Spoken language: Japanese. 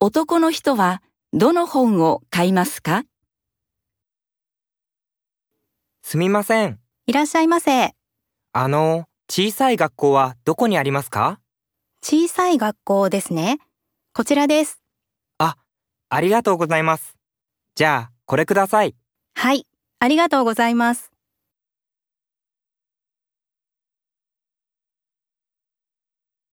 男の人はどの本を買いますかすみません。いらっしゃいませ。あの、小さい学校はどこにありますか小さい学校ですね。こちらです。ありがとうございます。じゃあ、これください。はい。ありがとうございます。